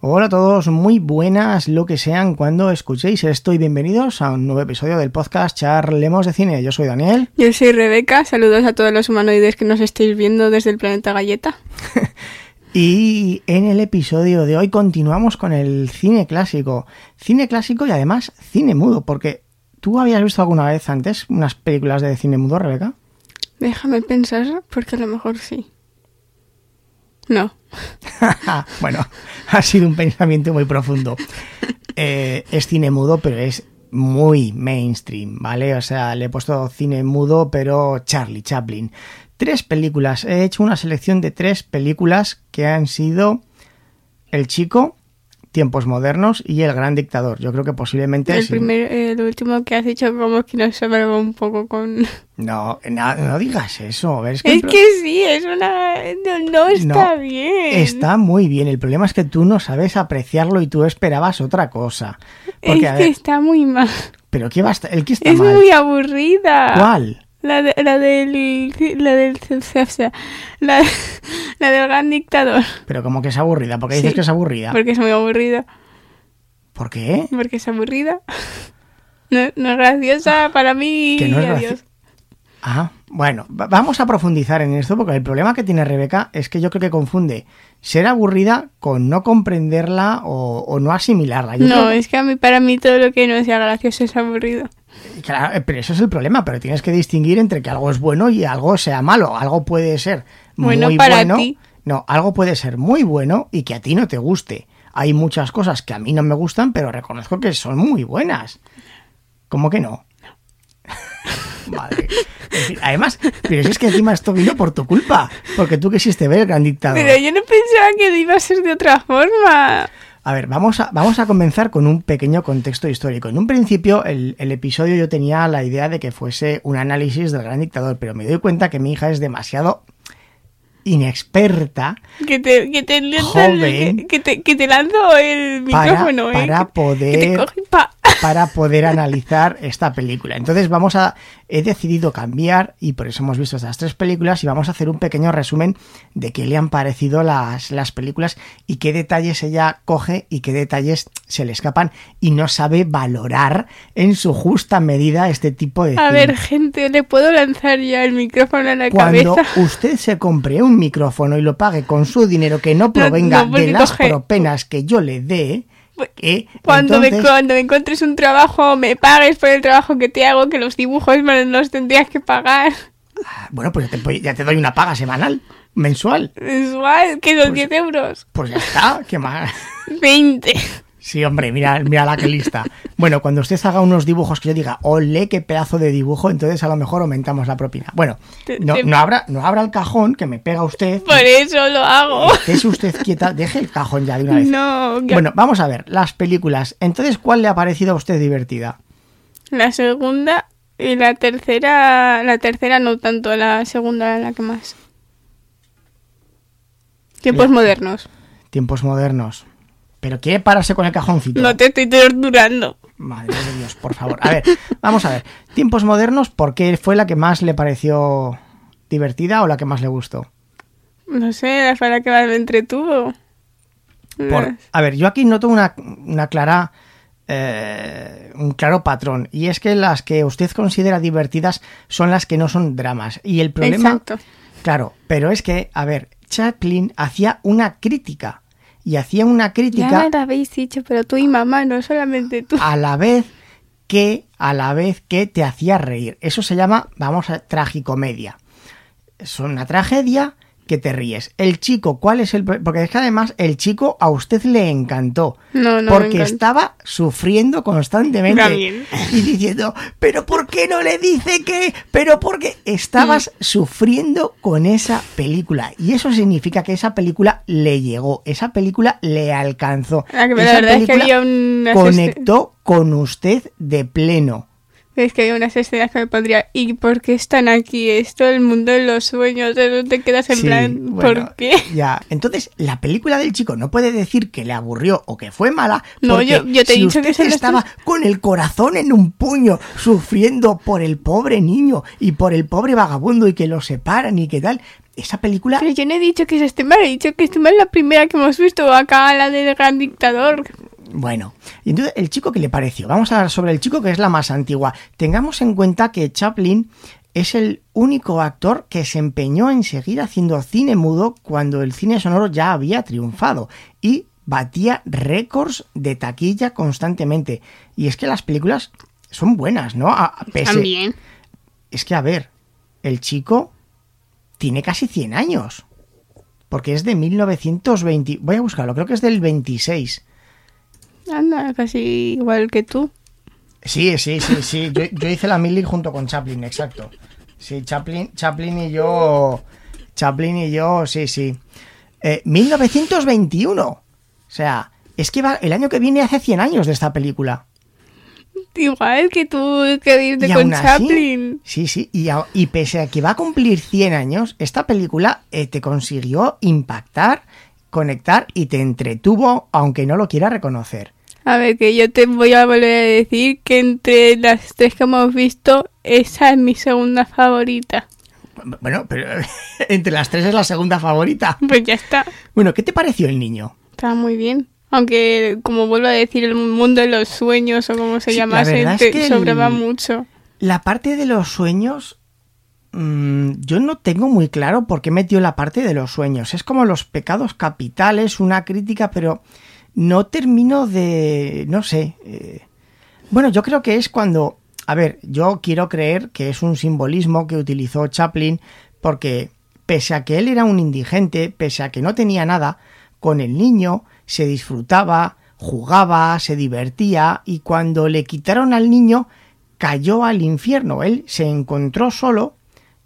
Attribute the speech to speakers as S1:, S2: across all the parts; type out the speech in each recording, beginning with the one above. S1: Hola a todos, muy buenas lo que sean cuando escuchéis esto y bienvenidos a un nuevo episodio del podcast Charlemos de Cine. Yo soy Daniel.
S2: Yo soy Rebeca, saludos a todos los humanoides que nos estáis viendo desde el planeta Galleta.
S1: y en el episodio de hoy continuamos con el cine clásico. Cine clásico y además cine mudo, porque ¿tú habías visto alguna vez antes unas películas de cine mudo, Rebeca?
S2: Déjame pensar, porque a lo mejor sí. No.
S1: bueno, ha sido un pensamiento muy profundo. Eh, es cine mudo, pero es muy mainstream, ¿vale? O sea, le he puesto cine mudo, pero Charlie Chaplin. Tres películas. He hecho una selección de tres películas que han sido El Chico, Tiempos Modernos y El Gran Dictador. Yo creo que posiblemente...
S2: El, primer, eh, el último que has dicho como que nos sobraba un poco con...
S1: No, no, no digas eso. Es que,
S2: Es que sí, es una... No, no está
S1: No,
S2: bien.
S1: Está muy bien. El problema es que tú no sabes apreciarlo y tú esperabas otra cosa.
S2: es
S1: Porque,
S2: que
S1: a ver,
S2: está muy mal.
S1: pero ¿qué va a estar? ¿El que está
S2: Es
S1: mal?
S2: muy aburrida.
S1: ¿Cuál?
S2: La, de- la del... La del... o sea, la, la del gran dictador.
S1: Pero como que es aburrida, porque dices
S2: Sí.
S1: que es aburrida.
S2: Porque es muy aburrida.
S1: ¿Por qué?
S2: Porque es aburrida. No, no es graciosa para mí.
S1: Ah, Que no es
S2: adiós.
S1: graci- Ah, bueno, va- vamos a profundizar en esto porque el problema que tiene Rebeca es que yo creo que confunde ser aburrida con no comprenderla o, o no asimilarla. Yo creo
S2: No,
S1: que-
S2: es que a mí, para mí todo lo que no sea gracioso es aburrido.
S1: Claro, eh, pero eso es el problema, pero tienes que distinguir entre que algo es bueno y algo sea malo. Algo puede ser
S2: Bueno
S1: muy
S2: para
S1: bueno.
S2: ti.
S1: No, algo puede ser muy bueno y que a ti no te guste. Hay muchas cosas que a mí no me gustan, pero reconozco que son muy buenas. ¿Cómo que no? Madre. En fin, además, pero si es que encima esto vino por tu culpa, porque tú quisiste ver el gran dictador.
S2: Pero yo no pensaba que iba a ser de otra forma.
S1: A ver, vamos a, vamos a comenzar con un pequeño contexto histórico. En un principio, el, el episodio yo tenía la idea de que fuese un análisis del gran dictador, pero me doy cuenta que mi hija es demasiado inexperta
S2: Que te, que te, lanzan-
S1: Joven.
S2: que te, que te lanzo el
S1: Para-
S2: micrófono, ¿eh?
S1: para
S2: Que- que te
S1: poder-
S2: cojo y pa.
S1: para poder analizar esta película. Entonces vamos a he decidido cambiar y por eso hemos visto estas tres películas y vamos a hacer un pequeño resumen de qué le han parecido las, las películas y qué detalles ella coge y qué detalles se le escapan y no sabe valorar en su justa medida este tipo de
S2: A
S1: cine.
S2: ver, gente, ¿le puedo lanzar ya el micrófono a la
S1: Cuando
S2: cabeza?
S1: usted se compre un micrófono y lo pague con su dinero que no provenga
S2: no, porque
S1: de las
S2: coge- Pues,
S1: propenas que yo le dé, eh,
S2: Cuando, me,
S1: entonces-
S2: cuando me encuentres un trabajo, me pagues por el trabajo que te hago, que los dibujos me los tendrías que pagar.
S1: Ah, Bueno, pues ya te, pues ya te doy una paga semanal, mensual.
S2: Mensual, que son 10 euros.
S1: Pues ya está, ¿qué más?
S2: 20.
S1: Sí, hombre, mira, mira la que lista. Bueno, cuando usted haga unos dibujos que yo diga, ole, qué pedazo de dibujo, entonces a lo mejor aumentamos la propina. Bueno,
S2: Te-
S1: no,
S2: te-
S1: no abra, no abra el cajón que me pega usted.
S2: Por eso lo hago.
S1: Es usted quieta, deje el cajón ya de una vez.
S2: No, que-
S1: Bueno, vamos a ver, las películas. Entonces, ¿cuál le ha parecido a usted divertida?
S2: la segunda y la tercera, la tercera no tanto, la segunda era la que más. Tiempos modernos.
S1: Tiempos modernos. ¿Pero quiere pararse con el cajoncito?
S2: No te estoy torturando.
S1: Madre de Dios, por favor. A ver, vamos a ver. Tiempos modernos, ¿por qué fue la que más le pareció divertida o la que más le gustó?
S2: No sé, la fue la que más me entretuvo. Eh.
S1: Por- a ver, yo aquí noto una, una clara, eh, un claro patrón y es que las que usted considera divertidas son las que no son dramas y el problema,
S2: Exacto.
S1: claro, pero es que, a ver, Chaplin hacía una crítica y hacía una
S2: Ya
S1: crítica
S2: me la habéis dicho, pero tú y mamá, no solamente tú.
S1: a la vez que a la vez que te hacía reír. Eso se llama, vamos a tragicomedia. Es una tragedia que te ríes. El chico, ¿cuál es el pro- porque es que además el chico a usted le encantó
S2: No, no me
S1: porque
S2: encanta.
S1: estaba sufriendo constantemente
S2: También.
S1: y diciendo, "¿Pero por qué no le dice que? Pero porque estabas
S2: Mm.
S1: sufriendo con esa película." Y eso significa que esa película le llegó, esa película le alcanzó.
S2: La, Ah, que- la
S1: Esa
S2: verdad es que
S1: película
S2: había unas esce-
S1: conectó con usted de pleno.
S2: es que había unas escenas que me pondría, ¿y por qué están aquí? Esto, el mundo de los sueños, eso te quedas en
S1: Sí,
S2: plan,
S1: bueno,
S2: ¿por qué?
S1: Ya. Entonces, la película del chico no puede decir que le aburrió o que fue mala.
S2: No,
S1: porque
S2: yo- yo te he
S1: si
S2: dicho que
S1: usted
S2: son las
S1: estaba con el corazón en un puño, sufriendo por el pobre niño y por el pobre vagabundo y que lo separan y qué tal. Esa película
S2: Pero yo no he dicho que es esté mal, he dicho que esté mal la primera que hemos visto acá, la del gran dictador.
S1: Bueno, y entonces, ¿el chico que le pareció? Vamos a hablar sobre el chico que es la más antigua. Tengamos en cuenta que Chaplin es el único actor que se empeñó en seguir haciendo cine mudo cuando el cine sonoro ya había triunfado y batía récords de taquilla constantemente. Y es que las películas son buenas, ¿no? A- a- pese-
S2: También.
S1: Es que, a ver, el chico tiene casi 100 años. Porque es de 1920. Voy a buscarlo, creo que es del 26.
S2: Anda, casi igual que tú.
S1: Sí, sí, sí, sí. Yo, yo hice la mili junto con Chaplin, exacto. Sí, Chaplin, Chaplin y yo. Chaplin y yo, sí, sí. Eh, 1921. O sea, es que va, el año que viene hace 100 años de esta película.
S2: Igual que tú que irte
S1: Y
S2: con
S1: aún así-
S2: Chaplin.
S1: Sí, sí. Y, a- y pese a que va a cumplir 100 años, esta película eh, te consiguió impactar, conectar y te entretuvo, aunque no lo quiera reconocer.
S2: A ver, que yo te voy a volver a decir que entre las tres que hemos visto, esa es mi segunda favorita.
S1: Bueno, pero entre las tres es la segunda favorita.
S2: Pues ya está,
S1: Bueno, ¿qué te pareció el niño?
S2: está muy bien. Aunque, como vuelvo a decir, el mundo de los sueños o como se
S1: Sí, la
S2: llama,
S1: verdad
S2: se
S1: es
S2: te
S1: que el-
S2: sobraba mucho.
S1: La parte de los sueños, mm, yo no tengo muy claro por qué metió la parte de los sueños. Es como los pecados capitales, una crítica, pero no termino de, no sé. eh, Bueno, yo creo que es cuando, a ver, yo quiero creer que es un simbolismo que utilizó Chaplin porque pese a que él era un indigente, pese a que no tenía nada, con el niño se disfrutaba, jugaba, se divertía y cuando le quitaron al niño cayó al infierno. Él se encontró solo,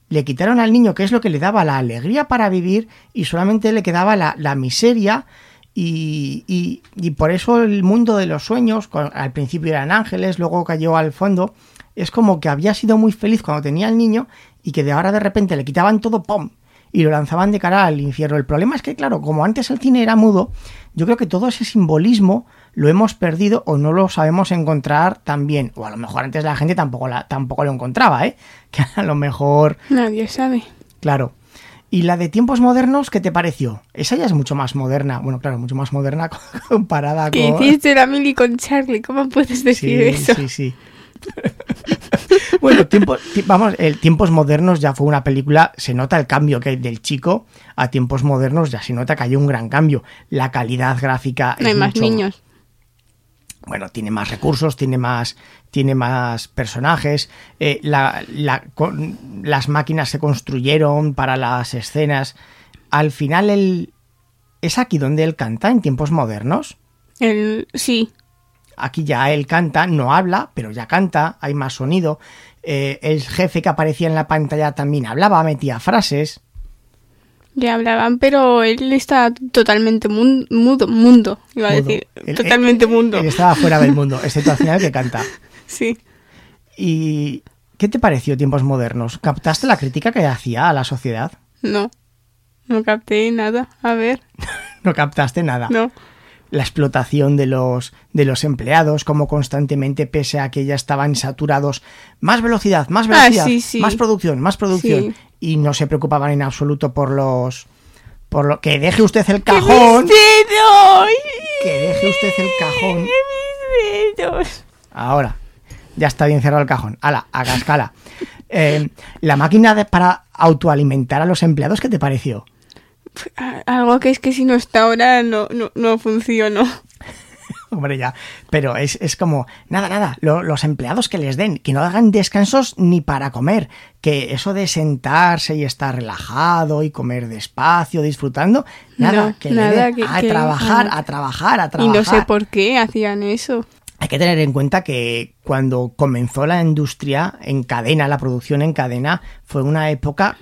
S1: le quitaron al niño que es lo que le daba la alegría para vivir y solamente le quedaba la, la miseria y, y- y por eso el mundo de los sueños, con- al principio eran ángeles, luego cayó al fondo, es como que había sido muy feliz cuando tenía el niño y que de ahora de repente le quitaban todo, ¡pum! y lo lanzaban de cara al infierno. El problema es que, claro, como antes el cine era mudo, yo creo que todo ese simbolismo lo hemos perdido o no lo sabemos encontrar tan bien. O a lo mejor antes la gente tampoco, la, tampoco lo encontraba, ¿eh? Que a lo mejor,
S2: Nadie sabe.
S1: claro. ¿Y la de tiempos modernos qué te pareció? Esa ya es mucho más moderna. Bueno, claro, mucho más moderna comparada
S2: Que
S1: con...
S2: hiciste la mili con Charlie, ¿cómo puedes decir eso?
S1: Sí, sí. bueno, tiempo- ti- vamos, el Tiempos Modernos ya fue una película, se nota el cambio que hay del chico a Tiempos Modernos, ya se nota que hay un gran cambio. La calidad gráfica
S2: No hay
S1: es
S2: más
S1: mucho-
S2: niños.
S1: Bueno, tiene más recursos, tiene más, tiene más personajes, eh, la- la- con- las máquinas se construyeron para las escenas. Al final, el, es aquí donde él canta en Tiempos Modernos.
S2: El... Sí,
S1: Aquí ya él canta, no habla, pero ya canta, hay más sonido. Eh, el jefe que aparecía en la pantalla también hablaba, metía frases.
S2: le hablaban, pero él está totalmente mun- mudo, mundo, iba a
S1: Mudo.
S2: decir.
S1: Él-
S2: totalmente mundo.
S1: Él estaba fuera del mundo, excepto al final que canta.
S2: Sí.
S1: ¿Y qué te pareció Tiempos Modernos? ¿Captaste la crítica que hacía a la sociedad?
S2: No, no capté nada. A ver,
S1: No captaste nada.
S2: no.
S1: La explotación de los, de los empleados, como constantemente, pese a que ya estaban saturados, más velocidad, más
S2: Ah,
S1: velocidad,
S2: sí, sí.
S1: más producción, más producción.
S2: Sí.
S1: Y no se preocupaban en absoluto por los... Por lo que deje usted el cajón.
S2: ¡Mis dedos!
S1: Que deje usted el cajón.
S2: ¡Mis dedos!
S1: Ahora. Ya está bien cerrado el cajón. Ala, a cascala. Eh, la máquina de- para autoalimentar a los empleados, ¿qué te pareció?
S2: A- Algo que es que si no está ahora no, no, no funcionó.
S1: Hombre, ya. Pero es, es como, nada, nada, lo- los empleados que les den, que no hagan descansos ni para comer, que eso de sentarse y estar relajado y comer despacio, disfrutando, nada,
S2: No,
S1: que le
S2: nada,
S1: den
S2: que-
S1: a
S2: que-
S1: trabajar,
S2: ah.
S1: a trabajar, a
S2: Y
S1: trabajar.
S2: no sé por qué hacían eso.
S1: Hay que tener en cuenta que cuando comenzó la industria en cadena, la producción en cadena, fue una época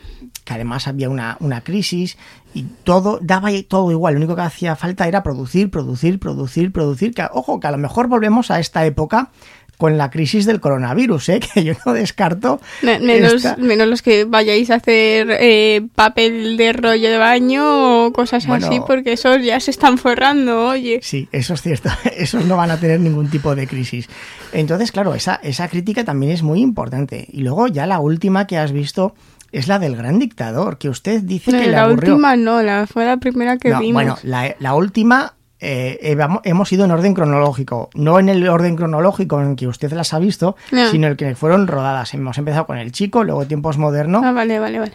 S1: que además había una, una crisis y todo daba i- todo igual. Lo único que hacía falta era producir, producir, producir, producir. Que, ojo, que a lo mejor volvemos a esta época con la crisis del coronavirus, ¿eh? que yo no descarto.
S2: Me- Menos,
S1: esta-
S2: menos los que vayáis a hacer eh, papel de rollo de baño o cosas
S1: Bueno.
S2: así, porque esos ya se están forrando, oye.
S1: Sí, eso es cierto. Esos no van a tener ningún tipo de crisis. Entonces, claro, esa, esa crítica también es muy importante. Y luego ya la última que has visto es la del gran dictador, que usted dice
S2: No,
S1: que le
S2: la
S1: aburrió.
S2: última no, la fue la primera que
S1: No,
S2: vimos.
S1: bueno, la, la última eh, eh, vamos- hemos ido en orden cronológico, no en el orden cronológico en que usted las ha visto,
S2: No.
S1: sino en el que fueron rodadas. Hemos empezado con El Chico, luego Tiempos Modernos
S2: Ah, vale, vale, vale.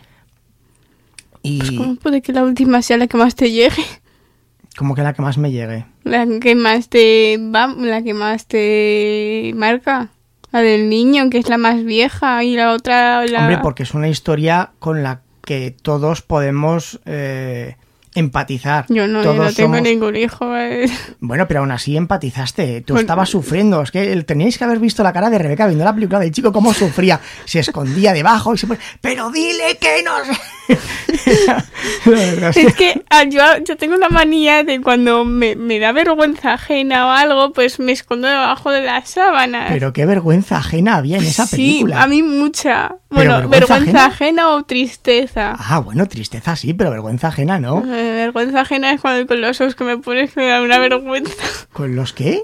S2: ¿Cómo
S1: y
S2: puede que la última sea la que más te llegue?
S1: como que la que más me llegue.
S2: La que más te va, la que más te marca. La del niño, que es la más vieja, y la otra la
S1: Hombre, porque es una historia con la que todos podemos eh, empatizar.
S2: yo no, yo
S1: todos
S2: no tengo
S1: somos-
S2: ningún hijo. eh.
S1: Bueno, pero aún así empatizaste. Tú
S2: Bueno.
S1: estabas sufriendo. Es que el- teníais que haber visto la cara de Rebeca viendo la película del chico, cómo sufría. Se escondía debajo y se ponía, ¡Pero dile que no! sé". La verdad es que-
S2: Es que ah, yo, yo tengo una manía de cuando me, me da vergüenza ajena o algo, pues me escondo debajo de las sábanas.
S1: Pero qué vergüenza ajena había en esa película.
S2: Sí, a mí mucha. Bueno,
S1: vergüenza
S2: vergüenza, ajena? o tristeza.
S1: Ah, bueno, tristeza sí, pero vergüenza ajena no.
S2: Eh, vergüenza ajena es cuando con los ojos que me pones que me da una vergüenza.
S1: ¿Con los qué?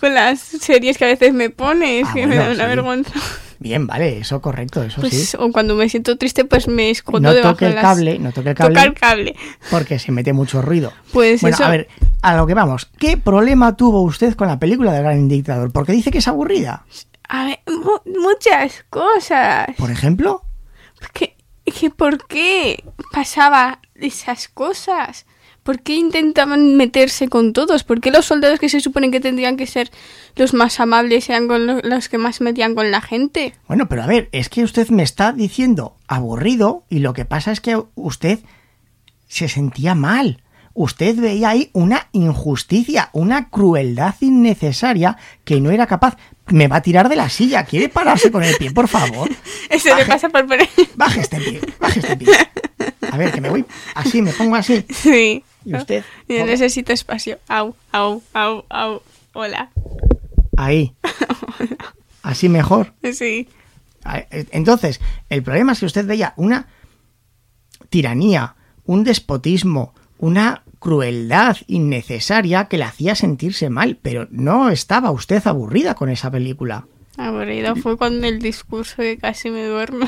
S2: Con las series que a veces me pones
S1: Ah,
S2: que me
S1: bueno,
S2: da una
S1: sí.
S2: vergüenza.
S1: Bien, vale, eso correcto, eso
S2: Pues,
S1: sí.
S2: O cuando me siento triste, pues me escondo
S1: No
S2: debajo
S1: toque
S2: de
S1: el
S2: las...
S1: cable, no toque el cable.
S2: Tocar cable.
S1: porque se mete mucho ruido.
S2: Pues
S1: bueno,
S2: eso-
S1: a ver, a lo que vamos. ¿Qué problema tuvo usted con la película del gran dictador? Porque dice que es aburrida.
S2: A ver, mu- muchas cosas.
S1: Por ejemplo,
S2: ¿Qué, qué, por qué pasaba esas cosas? ¿Por qué intentaban meterse con todos? ¿Por qué los soldados que se suponen que tendrían que ser los más amables eran con lo- los que más metían con la gente?
S1: bueno, pero a ver, es que usted me está diciendo aburrido y lo que pasa es que usted se sentía mal. Usted veía ahí una injusticia, una crueldad innecesaria que no era capaz. Me va a tirar de la silla. ¿Quiere pararse con el pie, por favor?
S2: Eso le
S1: Baje-
S2: pasa por poner...
S1: Baje este pie, baje este pie. A ver, que me voy así, me pongo así.
S2: Sí.
S1: ¿Y usted?
S2: Yo necesito espacio. Au, au, au, au. Hola.
S1: Ahí. Así mejor.
S2: Sí.
S1: A- Entonces, el problema es que usted veía una tiranía, un despotismo, una crueldad innecesaria que la hacía sentirse mal, pero no estaba usted aburrida con esa película.
S2: Aburrido fue cuando el discurso de casi me duermo.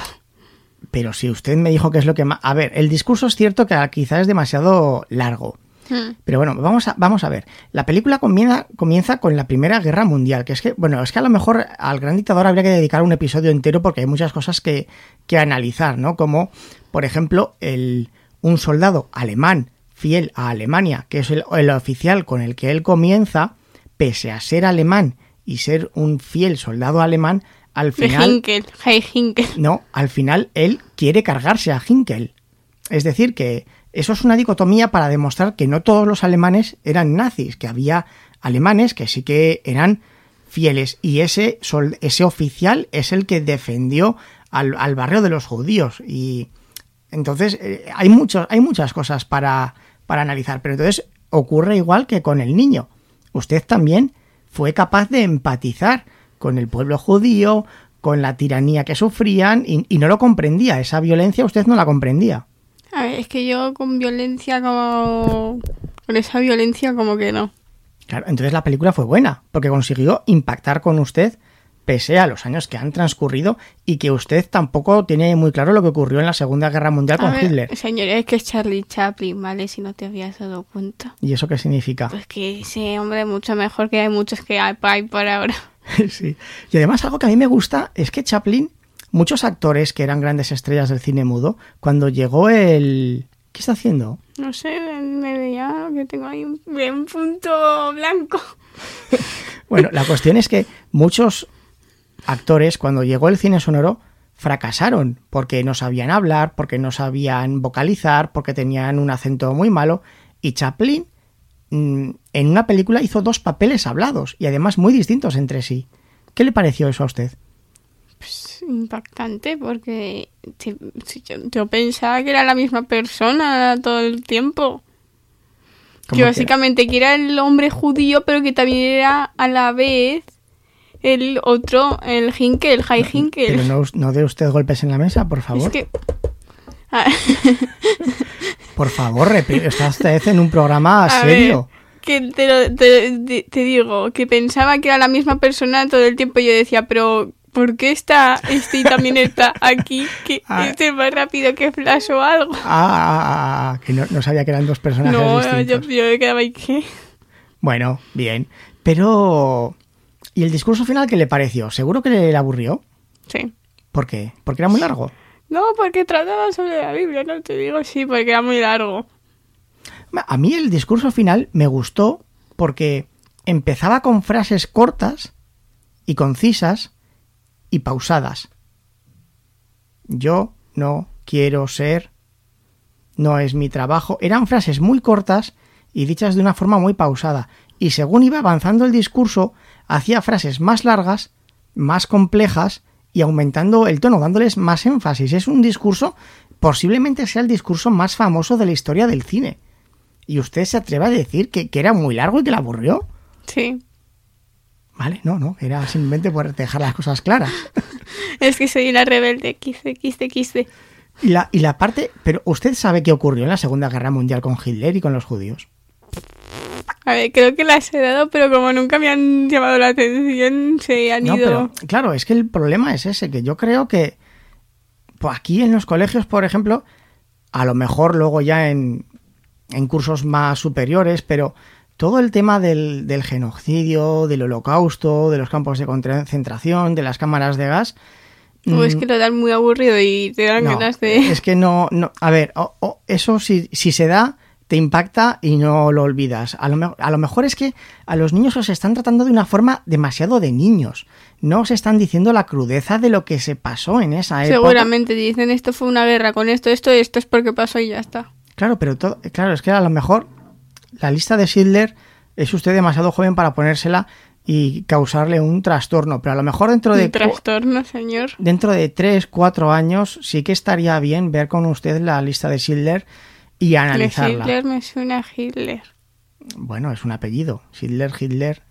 S1: Pero si usted me dijo que es lo que más... A ver, el discurso es cierto que quizás es demasiado largo.
S2: Hmm.
S1: Pero bueno, vamos a, vamos a ver. La película comienza, comienza con la Primera Guerra Mundial, que es que, bueno, es que a lo mejor al gran dictador habría que dedicar un episodio entero porque hay muchas cosas que, que analizar, ¿no? Como, por ejemplo, el, un soldado alemán fiel a Alemania, que es el, el oficial con el que él comienza, pese a ser alemán y ser un fiel soldado alemán, al
S2: De
S1: final...
S2: Hinkel. Hey, Hinkel.
S1: No, al final él quiere cargarse a Hinkel. Es decir, que eso es una dicotomía para demostrar que no todos los alemanes eran nazis, que había alemanes que sí que eran fieles. Y ese, sol- ese oficial es el que defendió al, al barrio de los judíos. Y entonces eh, hay, muchos, hay muchas cosas para, para analizar. Pero entonces ocurre igual que con el niño. Usted también fue capaz de empatizar con el pueblo judío, con la tiranía que sufrían y, y no lo comprendía. Esa violencia usted no la comprendía.
S2: A ver, es que yo con violencia como... Con esa violencia como que no.
S1: Claro, entonces la película fue buena, porque consiguió impactar con usted pese a los años que han transcurrido y que usted tampoco tiene muy claro lo que ocurrió en la Segunda Guerra Mundial
S2: A
S1: con
S2: ver,
S1: Hitler.
S2: señores, es que es Charlie Chaplin, ¿vale? Si no te habías dado cuenta.
S1: ¿Y eso qué significa?
S2: Pues que ese hombre es mucho mejor que hay muchos que hay pa- hay por ahora.
S1: Sí. Y además algo que a mí me gusta es que Chaplin, muchos actores que eran grandes estrellas del cine mudo, cuando llegó el... ¿Qué está haciendo?
S2: No sé, me veía que tengo ahí un, un punto blanco.
S1: Bueno, la cuestión es que muchos actores, cuando llegó el cine sonoro, fracasaron porque no sabían hablar, porque no sabían vocalizar, porque tenían un acento muy malo. Y Chaplin, mm, en una película, hizo dos papeles hablados y además muy distintos entre sí. ¿Qué le pareció eso a usted?
S2: Pues, impactante porque te- si yo, yo pensaba que era la misma persona todo el tiempo.
S1: Como
S2: Que
S1: que-
S2: básicamente que era el hombre judío, pero que también era a la vez el otro, el Hinkel, el High Hinkel.
S1: Pero no, us- no dé usted golpes en la mesa, por favor.
S2: es que. A,
S1: Por favor, repite. Está usted en un programa
S2: a
S1: ¿Ah, serio.
S2: ver, que te, lo- te- te digo, que pensaba que era la misma persona todo el tiempo. y Yo decía, pero ¿por qué está este y también está aquí? Que
S1: Ah.
S2: este es más rápido que Flash o algo.
S1: Ah, ah, ah, que no, no sabía que eran dos personajes
S2: No, eh, yo,
S1: distintos.
S2: yo me quedaba ahí que...
S1: Bueno, bien. Pero... ¿Y el discurso final qué le pareció? ¿Seguro que le aburrió?
S2: Sí.
S1: ¿Por qué? ¿Porque era muy largo?
S2: No, porque trataba sobre la Biblia, no te digo sí, porque era muy largo.
S1: A mí el discurso final me gustó porque empezaba con frases cortas y concisas y pausadas. Yo no quiero ser, no es mi trabajo. Eran frases muy cortas y dichas de una forma muy pausada. Y según iba avanzando el discurso, hacía frases más largas, más complejas y aumentando el tono, dándoles más énfasis. Es un discurso, posiblemente sea el discurso más famoso de la historia del cine. ¿Y usted se atreve a decir que, que era muy largo y que la aburrió?
S2: Sí.
S1: Vale, no, no, era simplemente por dejar las cosas claras.
S2: Es que soy una rebelde, quise, quise, quise.
S1: Y la, y la parte, pero usted sabe qué ocurrió en la Segunda Guerra Mundial con Hitler y con los judíos.
S2: A ver, creo que las he dado, pero como nunca me han llamado la atención, se han
S1: No,
S2: ido...
S1: pero, claro, es que el problema es ese, que yo creo que pues, aquí en los colegios, por ejemplo, a lo mejor luego ya en, en cursos más superiores, pero todo el tema del, del genocidio, del holocausto, de los campos de concentración, de las cámaras de gas,
S2: O es
S1: mm,
S2: que lo dan muy aburrido y te dan
S1: No, eh,
S2: ganas de...
S1: Es que no, no. A ver, o- o eso si, si se da, te impacta y no lo olvidas. A lo, me- a lo mejor es que a los niños los están tratando de una forma demasiado de niños. No se están diciendo la crudeza de lo que se pasó en esa época.
S2: Seguramente dicen esto fue una guerra con esto, esto, esto es porque pasó y ya está.
S1: Claro, pero todo, claro, es que a lo mejor la lista de Schindler es usted demasiado joven para ponérsela y causarle un trastorno. Pero a lo mejor dentro de
S2: Un trastorno, señor.
S1: dentro de 3, 4 años sí que estaría bien ver con usted la lista de Schindler y
S2: Le
S1: analizarla.
S2: Hitler me suena a Hitler.
S1: Bueno, es un apellido, Schindler, Hitler,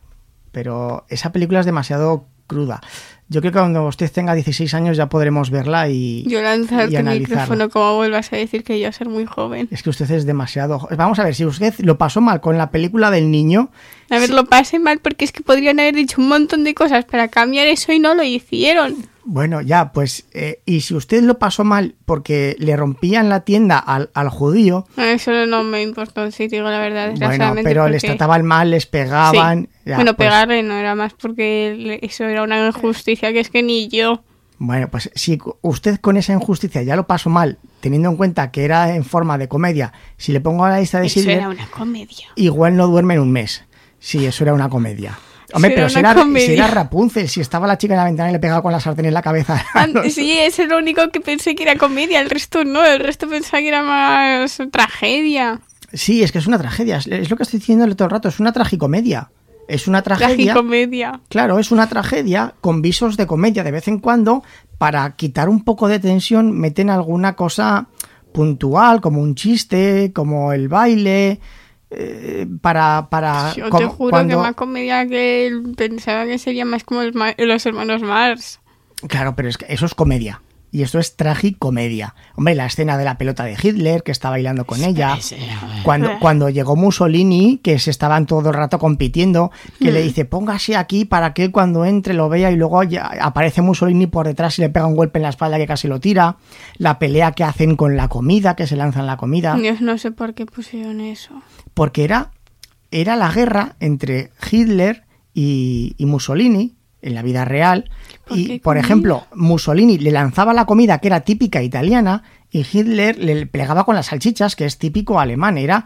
S1: pero esa película es demasiado cruda. Yo creo que cuando usted tenga 16 años ya podremos verla y,
S2: Yo
S1: y
S2: lanzarte el
S1: analizarla.
S2: micrófono como vuelvas a decir que yo a ser muy joven.
S1: Es que usted es demasiado... jo- Vamos a ver, si usted lo pasó mal con la película del niño,
S2: A ver, lo pasé mal porque es que podrían haber dicho un montón de cosas para cambiar eso y no lo hicieron.
S1: Bueno, ya, pues, eh, y si usted lo pasó mal porque le rompían la tienda al, al judío,
S2: No, Eso no me importó, si te digo la verdad.
S1: bueno,
S2: desgraciadamente,
S1: pero les
S2: porque-
S1: trataban mal, les
S2: Sí.
S1: pegaban... ya,
S2: bueno,
S1: pues,
S2: pegarle no era más porque le- eso era una injusticia que es que ni yo.
S1: Bueno, pues si cu- usted con esa injusticia ya lo pasó mal, teniendo en cuenta que era en forma de comedia, si le pongo a la lista de
S2: Eso
S1: Silver,
S2: era una comedia.
S1: igual no duerme en un mes. Sí, eso era una comedia. Hombre,
S2: Eso
S1: pero
S2: era
S1: si
S2: una
S1: era, si
S2: comedia.
S1: era Rapunzel, si estaba la chica en la ventana y le pegaba con la sartén en la cabeza.
S2: Ah, Sí, eso es lo único que pensé que era comedia, el resto no, el resto pensaba que era más tragedia.
S1: Sí, es que es una tragedia, es- es lo que estoy diciendo todo el rato, es una tragicomedia. Es una tragedia.
S2: Tragicomedia.
S1: Claro, es una tragedia con visos de comedia de vez en cuando para quitar un poco de tensión, meten alguna cosa puntual, como un chiste, como el baile, eh, para... para
S2: Yo te
S1: como-
S2: juro
S1: cuando-
S2: que más comedia que pensaba que sería más como el ma- los hermanos Mars.
S1: Claro, pero es que eso es comedia. Y esto es tragicomedia. Hombre, la escena de la pelota de Hitler, que está bailando con ella. Cuando, cuando llegó Mussolini, que se estaban todo el rato compitiendo, que le dice, póngase aquí para que él cuando entre lo vea y luego ya aparece Mussolini por detrás y le pega un golpe en la espalda que casi lo tira. La pelea que hacen con la comida, que se lanzan la comida.
S2: Dios, no sé por qué pusieron eso.
S1: Porque era, era la guerra entre Hitler y, y Mussolini en la vida real.
S2: ¿Por
S1: Y,
S2: qué
S1: por
S2: comida?
S1: ejemplo, Mussolini le lanzaba la comida que era típica italiana y Hitler le plegaba con las salchichas, que es típico alemán. Era,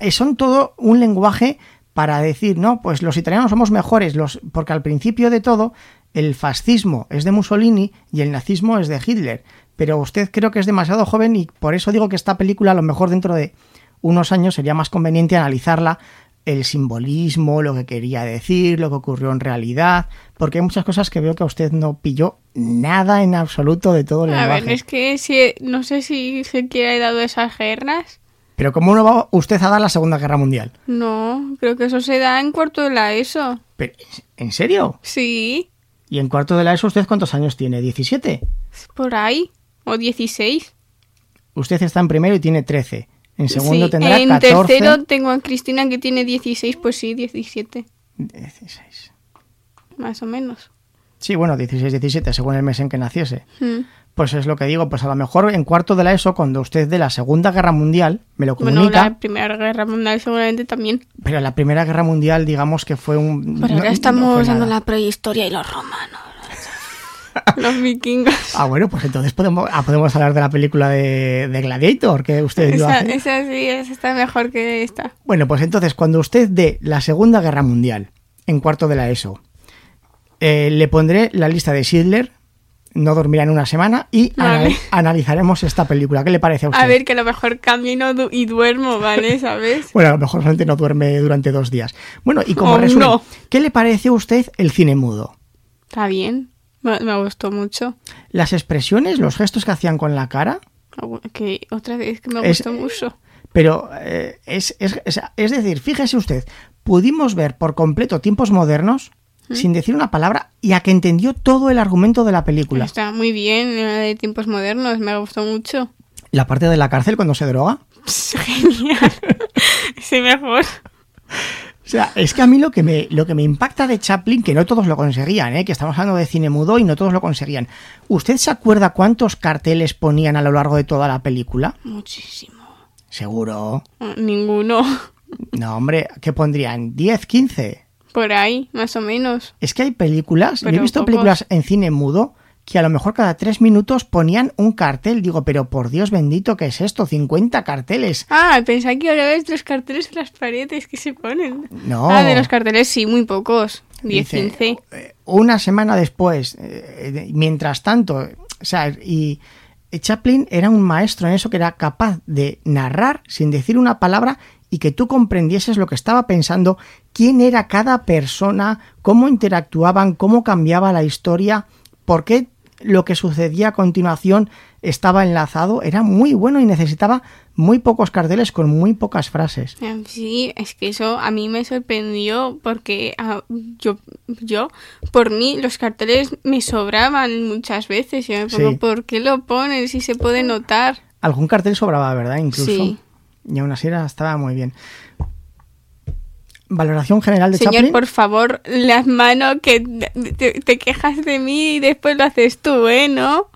S1: eh, son todo un lenguaje para decir, no, pues los italianos somos mejores, los, porque al principio de todo el fascismo es de Mussolini y el nazismo es de Hitler. Pero usted creo que es demasiado joven y por eso digo que esta película a lo mejor dentro de unos años sería más conveniente analizarla el simbolismo, lo que quería decir, lo que ocurrió en realidad, porque hay muchas cosas que veo que a usted no pilló nada en absoluto de todo el
S2: A
S1: lenguaje.
S2: ver, es que si, no sé si se quiera he dado esas guerras.
S1: Pero ¿cómo no va usted a dar la Segunda Guerra Mundial?
S2: No, creo que eso se da en cuarto de la ESO.
S1: Pero, ¿En serio?
S2: Sí,
S1: ¿Y en cuarto de la ESO usted cuántos años tiene? ¿17?
S2: por ahí. O 16.
S1: Usted está en primero y tiene 13. En segundo
S2: Sí,
S1: tendrá
S2: en
S1: 14.
S2: tercero tengo a Cristina que tiene 16, pues sí, 17,
S1: 16.
S2: más o menos.
S1: Sí, bueno, 16, 17, según el mes en que naciese.
S2: Mm.
S1: Pues es lo que digo, pues a lo mejor en cuarto de la ESO, cuando usted de la Segunda Guerra Mundial me lo comunica,
S2: Bueno, la e- Primera Guerra Mundial seguramente también.
S1: pero la Primera Guerra Mundial digamos que fue un...
S2: Pero
S1: no-
S2: ahora
S1: no
S2: estamos
S1: fue
S2: usando
S1: nada.
S2: la prehistoria y los romanos. los vikingos.
S1: Ah, bueno, pues entonces podemos, ah, podemos hablar de la película de, de Gladiator que usted vio
S2: Esa,
S1: hace-
S2: esa sí, esa está mejor que esta.
S1: Bueno, pues entonces, cuando usted dé la Segunda Guerra Mundial en cuarto de la ESO, eh, le pondré la lista de Schindler, no dormirá en una semana y ana-
S2: Vale.
S1: analizaremos esta película. ¿Qué le parece a usted?
S2: A ver, que a lo mejor camino du- y duermo, ¿vale? ¿Sabes?
S1: Bueno, a lo mejor solamente no duerme durante dos días. Bueno, y como
S2: Oh,
S1: resumen,
S2: no.
S1: ¿qué le parece a usted el cine mudo?
S2: Está bien. Me, me gustó mucho.
S1: Las expresiones, los gestos que hacían con la cara,
S2: Que otra vez que me
S1: Es-
S2: gustó mucho.
S1: pero eh, es, es- es- es decir, fíjese usted, pudimos ver por completo tiempos modernos sin decir una palabra y a que entendió todo el argumento de la película.
S2: Está muy bien, la de tiempos modernos, me gustó mucho.
S1: La parte de la cárcel cuando se droga.
S2: Pss, Genial. sí, mejor.
S1: O sea, es que a mí lo que me, lo que me impacta de Chaplin, que no todos lo conseguían, ¿eh? que estamos hablando de cine mudo y no todos lo conseguían. ¿Usted se acuerda cuántos carteles ponían a lo largo de toda la película?
S2: Muchísimo.
S1: Seguro.
S2: Ah, Ninguno.
S1: No, hombre, ¿qué pondrían? ¿10, 15?
S2: Por ahí, más o menos.
S1: Es que hay películas, yo he
S2: Pero
S1: visto
S2: pocos.
S1: películas en cine mudo que a lo mejor cada tres minutos ponían un cartel. Digo, pero por Dios bendito, ¿qué es esto? ¿50 carteles?
S2: Ah, pensaba que ahora ves los carteles en las paredes que se ponen.
S1: No.
S2: Ah, de los carteles sí, muy pocos. 10,
S1: Dice,
S2: 15.
S1: eh, Una semana después, eh, de- mientras tanto, eh, o sea, y eh, Chaplin era un maestro en eso que era capaz de narrar sin decir una palabra y que tú comprendieses lo que estaba pensando, quién era cada persona, cómo interactuaban, cómo cambiaba la historia, por qué lo que sucedía a continuación estaba enlazado, era muy bueno y necesitaba muy pocos carteles con muy pocas frases.
S2: Eh, Sí, es que eso a mí me sorprendió porque ah, yo, yo, por mí, los carteles me sobraban muchas veces. Yo me pongo,
S1: Sí.
S2: ¿por qué lo ponen si se puede notar?
S1: Algún cartel sobraba, ¿verdad? Incluso.
S2: Sí.
S1: Y aún así era- estaba muy bien. Valoración general de
S2: Señor,
S1: Chaplin.
S2: por favor, las manos que te, te quejas de mí y después lo haces tú, ¿eh? ¿No?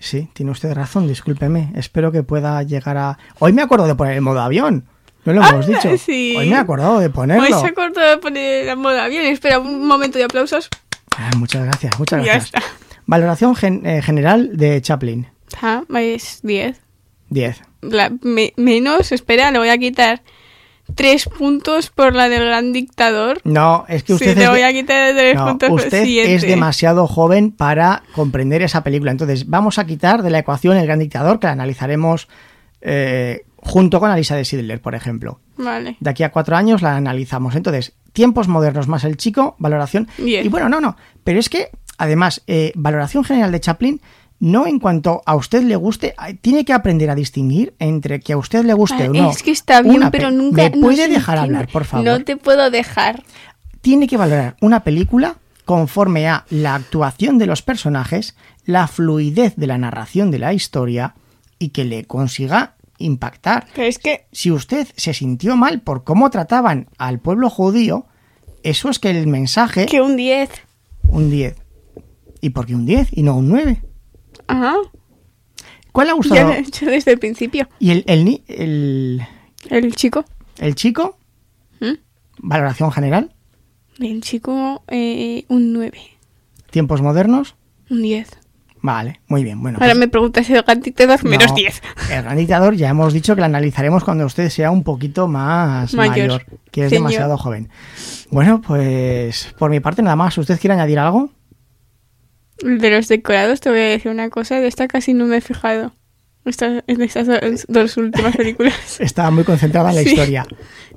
S1: Sí, tiene usted razón, discúlpeme. Espero que pueda llegar a. Hoy me acuerdo de poner el modo avión. No lo hemos dicho.
S2: Ah, sí.
S1: Hoy me he acordado de
S2: Hoy
S1: ponerlo.
S2: Pues se acordó de poner la moda bien. Espera un momento de aplausos.
S1: Ah, muchas gracias, muchas
S2: Ya
S1: gracias.
S2: está.
S1: Valoración gen- eh, general de Chaplin.
S2: Ah, es 10.
S1: 10.
S2: La- me- menos, espera, le voy a quitar tres puntos por la del gran dictador.
S1: No, es que usted
S2: Sí,
S1: es
S2: le
S1: de-
S2: voy a quitar tres
S1: No,
S2: puntos por
S1: usted
S2: siguiente.
S1: es demasiado joven para comprender esa película. Entonces, vamos a quitar de la ecuación el gran dictador, que la analizaremos eh, junto con la lista de Sidler, por ejemplo.
S2: Vale.
S1: De aquí a cuatro años la analizamos. Entonces, tiempos modernos más el chico, valoración.
S2: Bien.
S1: Y bueno, no, no. Pero es que, además, eh, valoración general de Chaplin. No en cuanto a usted le guste, ay, tiene que aprender a distinguir entre que a usted le guste
S2: Ah,
S1: o no.
S2: es que está bien,
S1: una
S2: pero
S1: pe-
S2: nunca.
S1: ¿Me
S2: no
S1: puede
S2: se
S1: dejar
S2: entiende.
S1: hablar, por favor?
S2: No te puedo dejar.
S1: tiene que valorar una película conforme a la actuación de los personajes, la fluidez de la narración de la historia y que le consiga impactar.
S2: Pero es que.
S1: Si usted se sintió mal por cómo trataban al pueblo judío, eso es que el mensaje
S2: Que un 10.
S1: un 10. ¿Y por qué un 10 y no un 9?
S2: Ajá.
S1: ¿Cuál le ha
S2: Ya
S1: gustado?
S2: lo he hecho desde el principio.
S1: ¿Y el, el, ni- el,
S2: El chico.
S1: el chico?
S2: ¿Mm?
S1: ¿Valoración general?
S2: El chico, eh, un 9.
S1: ¿Tiempos modernos?
S2: Un 10.
S1: Vale, muy bien. Bueno,
S2: Ahora
S1: pues-
S2: me preguntas si el gran dictador, menos
S1: No,
S2: 10.
S1: El gran dictador ya hemos dicho que la analizaremos cuando usted sea un poquito más mayor,
S2: Mayor,
S1: que es
S2: señor.
S1: demasiado joven. Bueno, pues por mi parte nada más. ¿Usted quiere añadir algo?
S2: De los decorados te voy a decir una cosa, de esta casi no me he fijado. Esta- en estas dos, dos últimas películas.
S1: Está muy concentrada en la
S2: Sí.
S1: historia.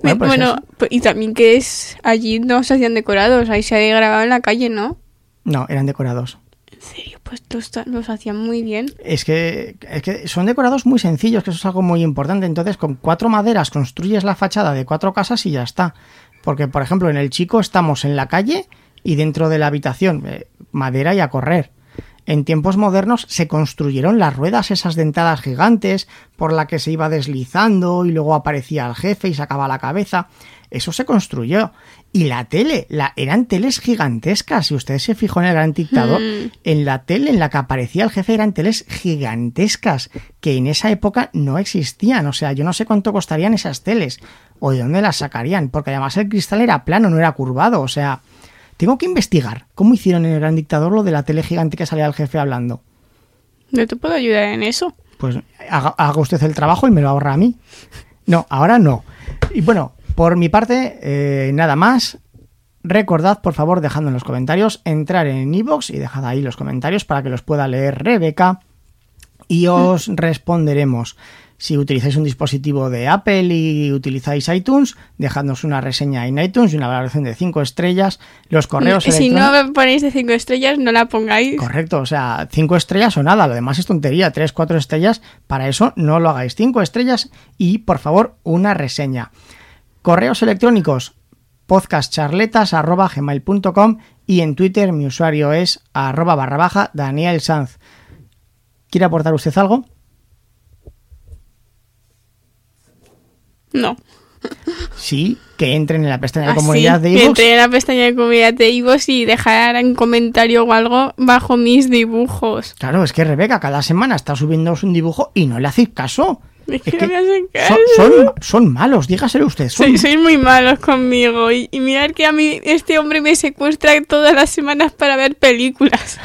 S2: Me- Bueno,
S1: pues eso.
S2: pu- y también que es allí no se hacían decorados, ahí se grababa en la calle, ¿no?
S1: No, eran decorados.
S2: En serio, pues los, ta- los hacían muy bien.
S1: Es que, es que son decorados muy sencillos, que eso es algo muy importante. Entonces, con cuatro maderas construyes la fachada de cuatro casas y ya está. Porque, por ejemplo, en el chico estamos en la calle y dentro de la habitación, eh, madera y a correr. En tiempos modernos se construyeron las ruedas esas dentadas gigantes por la que se iba deslizando y luego aparecía el jefe y sacaba la cabeza. Eso se construyó. Y la tele, la, eran teles gigantescas. Si usted se fijó en el gran dictador,
S2: Mm.
S1: en la tele en la que aparecía el jefe eran teles gigantescas que en esa época no existían. O sea, yo no sé cuánto costarían esas teles o de dónde las sacarían, porque además el cristal era plano, no era curvado. O sea, tengo que investigar cómo hicieron en el gran dictador lo de la tele gigante que salía el jefe hablando.
S2: No te puedo ayudar en eso.
S1: Pues haga, haga usted el trabajo y me lo ahorra a mí. No, ahora no. Y bueno, por mi parte, eh, nada más. Recordad, por favor, dejando en los comentarios, entrar en iVoox y dejad ahí los comentarios para que los pueda leer Rebeca y
S2: Mm.
S1: os responderemos. Si utilizáis un dispositivo de Apple y utilizáis iTunes, dejadnos una reseña en iTunes y una valoración de 5 estrellas. Los correos
S2: si
S1: electrónicos-
S2: no me ponéis de cinco estrellas, no la pongáis.
S1: Correcto, o sea, cinco estrellas o nada, lo demás es tontería, tres, cuatro estrellas, para eso no lo hagáis. Cinco estrellas y, por favor, una reseña. Correos electrónicos, podcastcharletas.gmail.com y en Twitter mi usuario es arroba barra baja Daniel Sanz. ¿Quiere aportar usted algo?
S2: No.
S1: Sí, que entren en la pestaña de
S2: Así,
S1: comunidad de
S2: Ah, que
S1: iVoox.
S2: entré en la pestaña de comunidad de iVoox y dejar un comentario o algo bajo mis dibujos.
S1: Claro, es que Rebeca cada semana está subiendo un dibujo y no le hacéis caso.
S2: Es
S1: Es
S2: que
S1: que
S2: no me hacen
S1: Son,
S2: caso.
S1: son- son malos, dígaselo usted. son
S2: Soy- sois muy malos conmigo. Y, y mirad que a mí este hombre me secuestra todas las semanas para ver películas.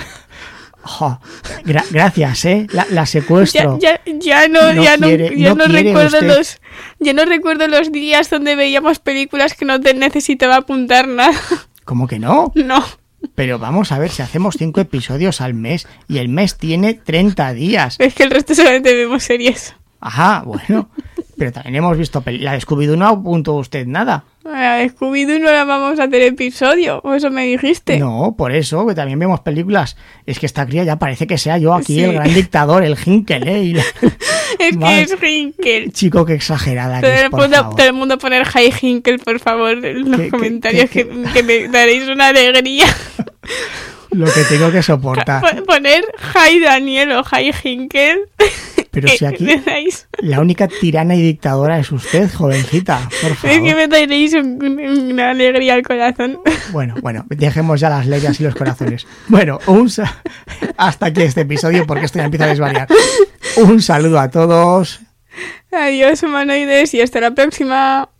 S1: Jo, gra- gracias, ¿eh? La, la
S2: Ya,
S1: secuestro.
S2: ya, ya no,
S1: No
S2: ya no,
S1: quiere-
S2: ya
S1: no
S2: no
S1: quiere
S2: recuerdo
S1: usted.
S2: los ya no recuerdo los días donde veíamos películas que no te necesitaba apuntar nada.
S1: ¿Cómo que no?
S2: No.
S1: Pero vamos a ver, si hacemos cinco episodios al mes y el mes tiene 30 días.
S2: Es que el resto solamente vemos series.
S1: Ajá, bueno. Pero también hemos visto peli- la de Scooby-Doo, no apuntó usted nada.
S2: A Scooby-Doo no la vamos a hacer episodio, o eso me dijiste.
S1: No, por eso, que también vemos películas. Es que esta cría ya parece que sea yo aquí,
S2: Sí.
S1: el gran dictador, el Hinkel, ¿eh? Y la-
S2: Es
S1: Vale.
S2: que es Hinkel.
S1: Chico, qué exagerada que
S2: Todo
S1: es,
S2: el,
S1: por
S2: mundo,
S1: favor.
S2: todo el mundo poner Hi Hinkel, por favor, en los
S1: Que- que-
S2: comentarios,
S1: que-
S2: que, que me daréis una alegría.
S1: Lo que tengo que soportar.
S2: Po- poner Hi Daniel o Hi Hinkel.
S1: Pero si aquí
S2: me dais-
S1: la única tirana y dictadora es usted, jovencita, por favor.
S2: es que me daréis un- un- una alegría al corazón.
S1: Bueno, bueno, dejemos ya las leyes y los corazones. Bueno, un sa- hasta aquí este episodio porque esto ya empieza a desvariar. Un saludo a todos.
S2: Adiós, humanoides, y hasta la próxima.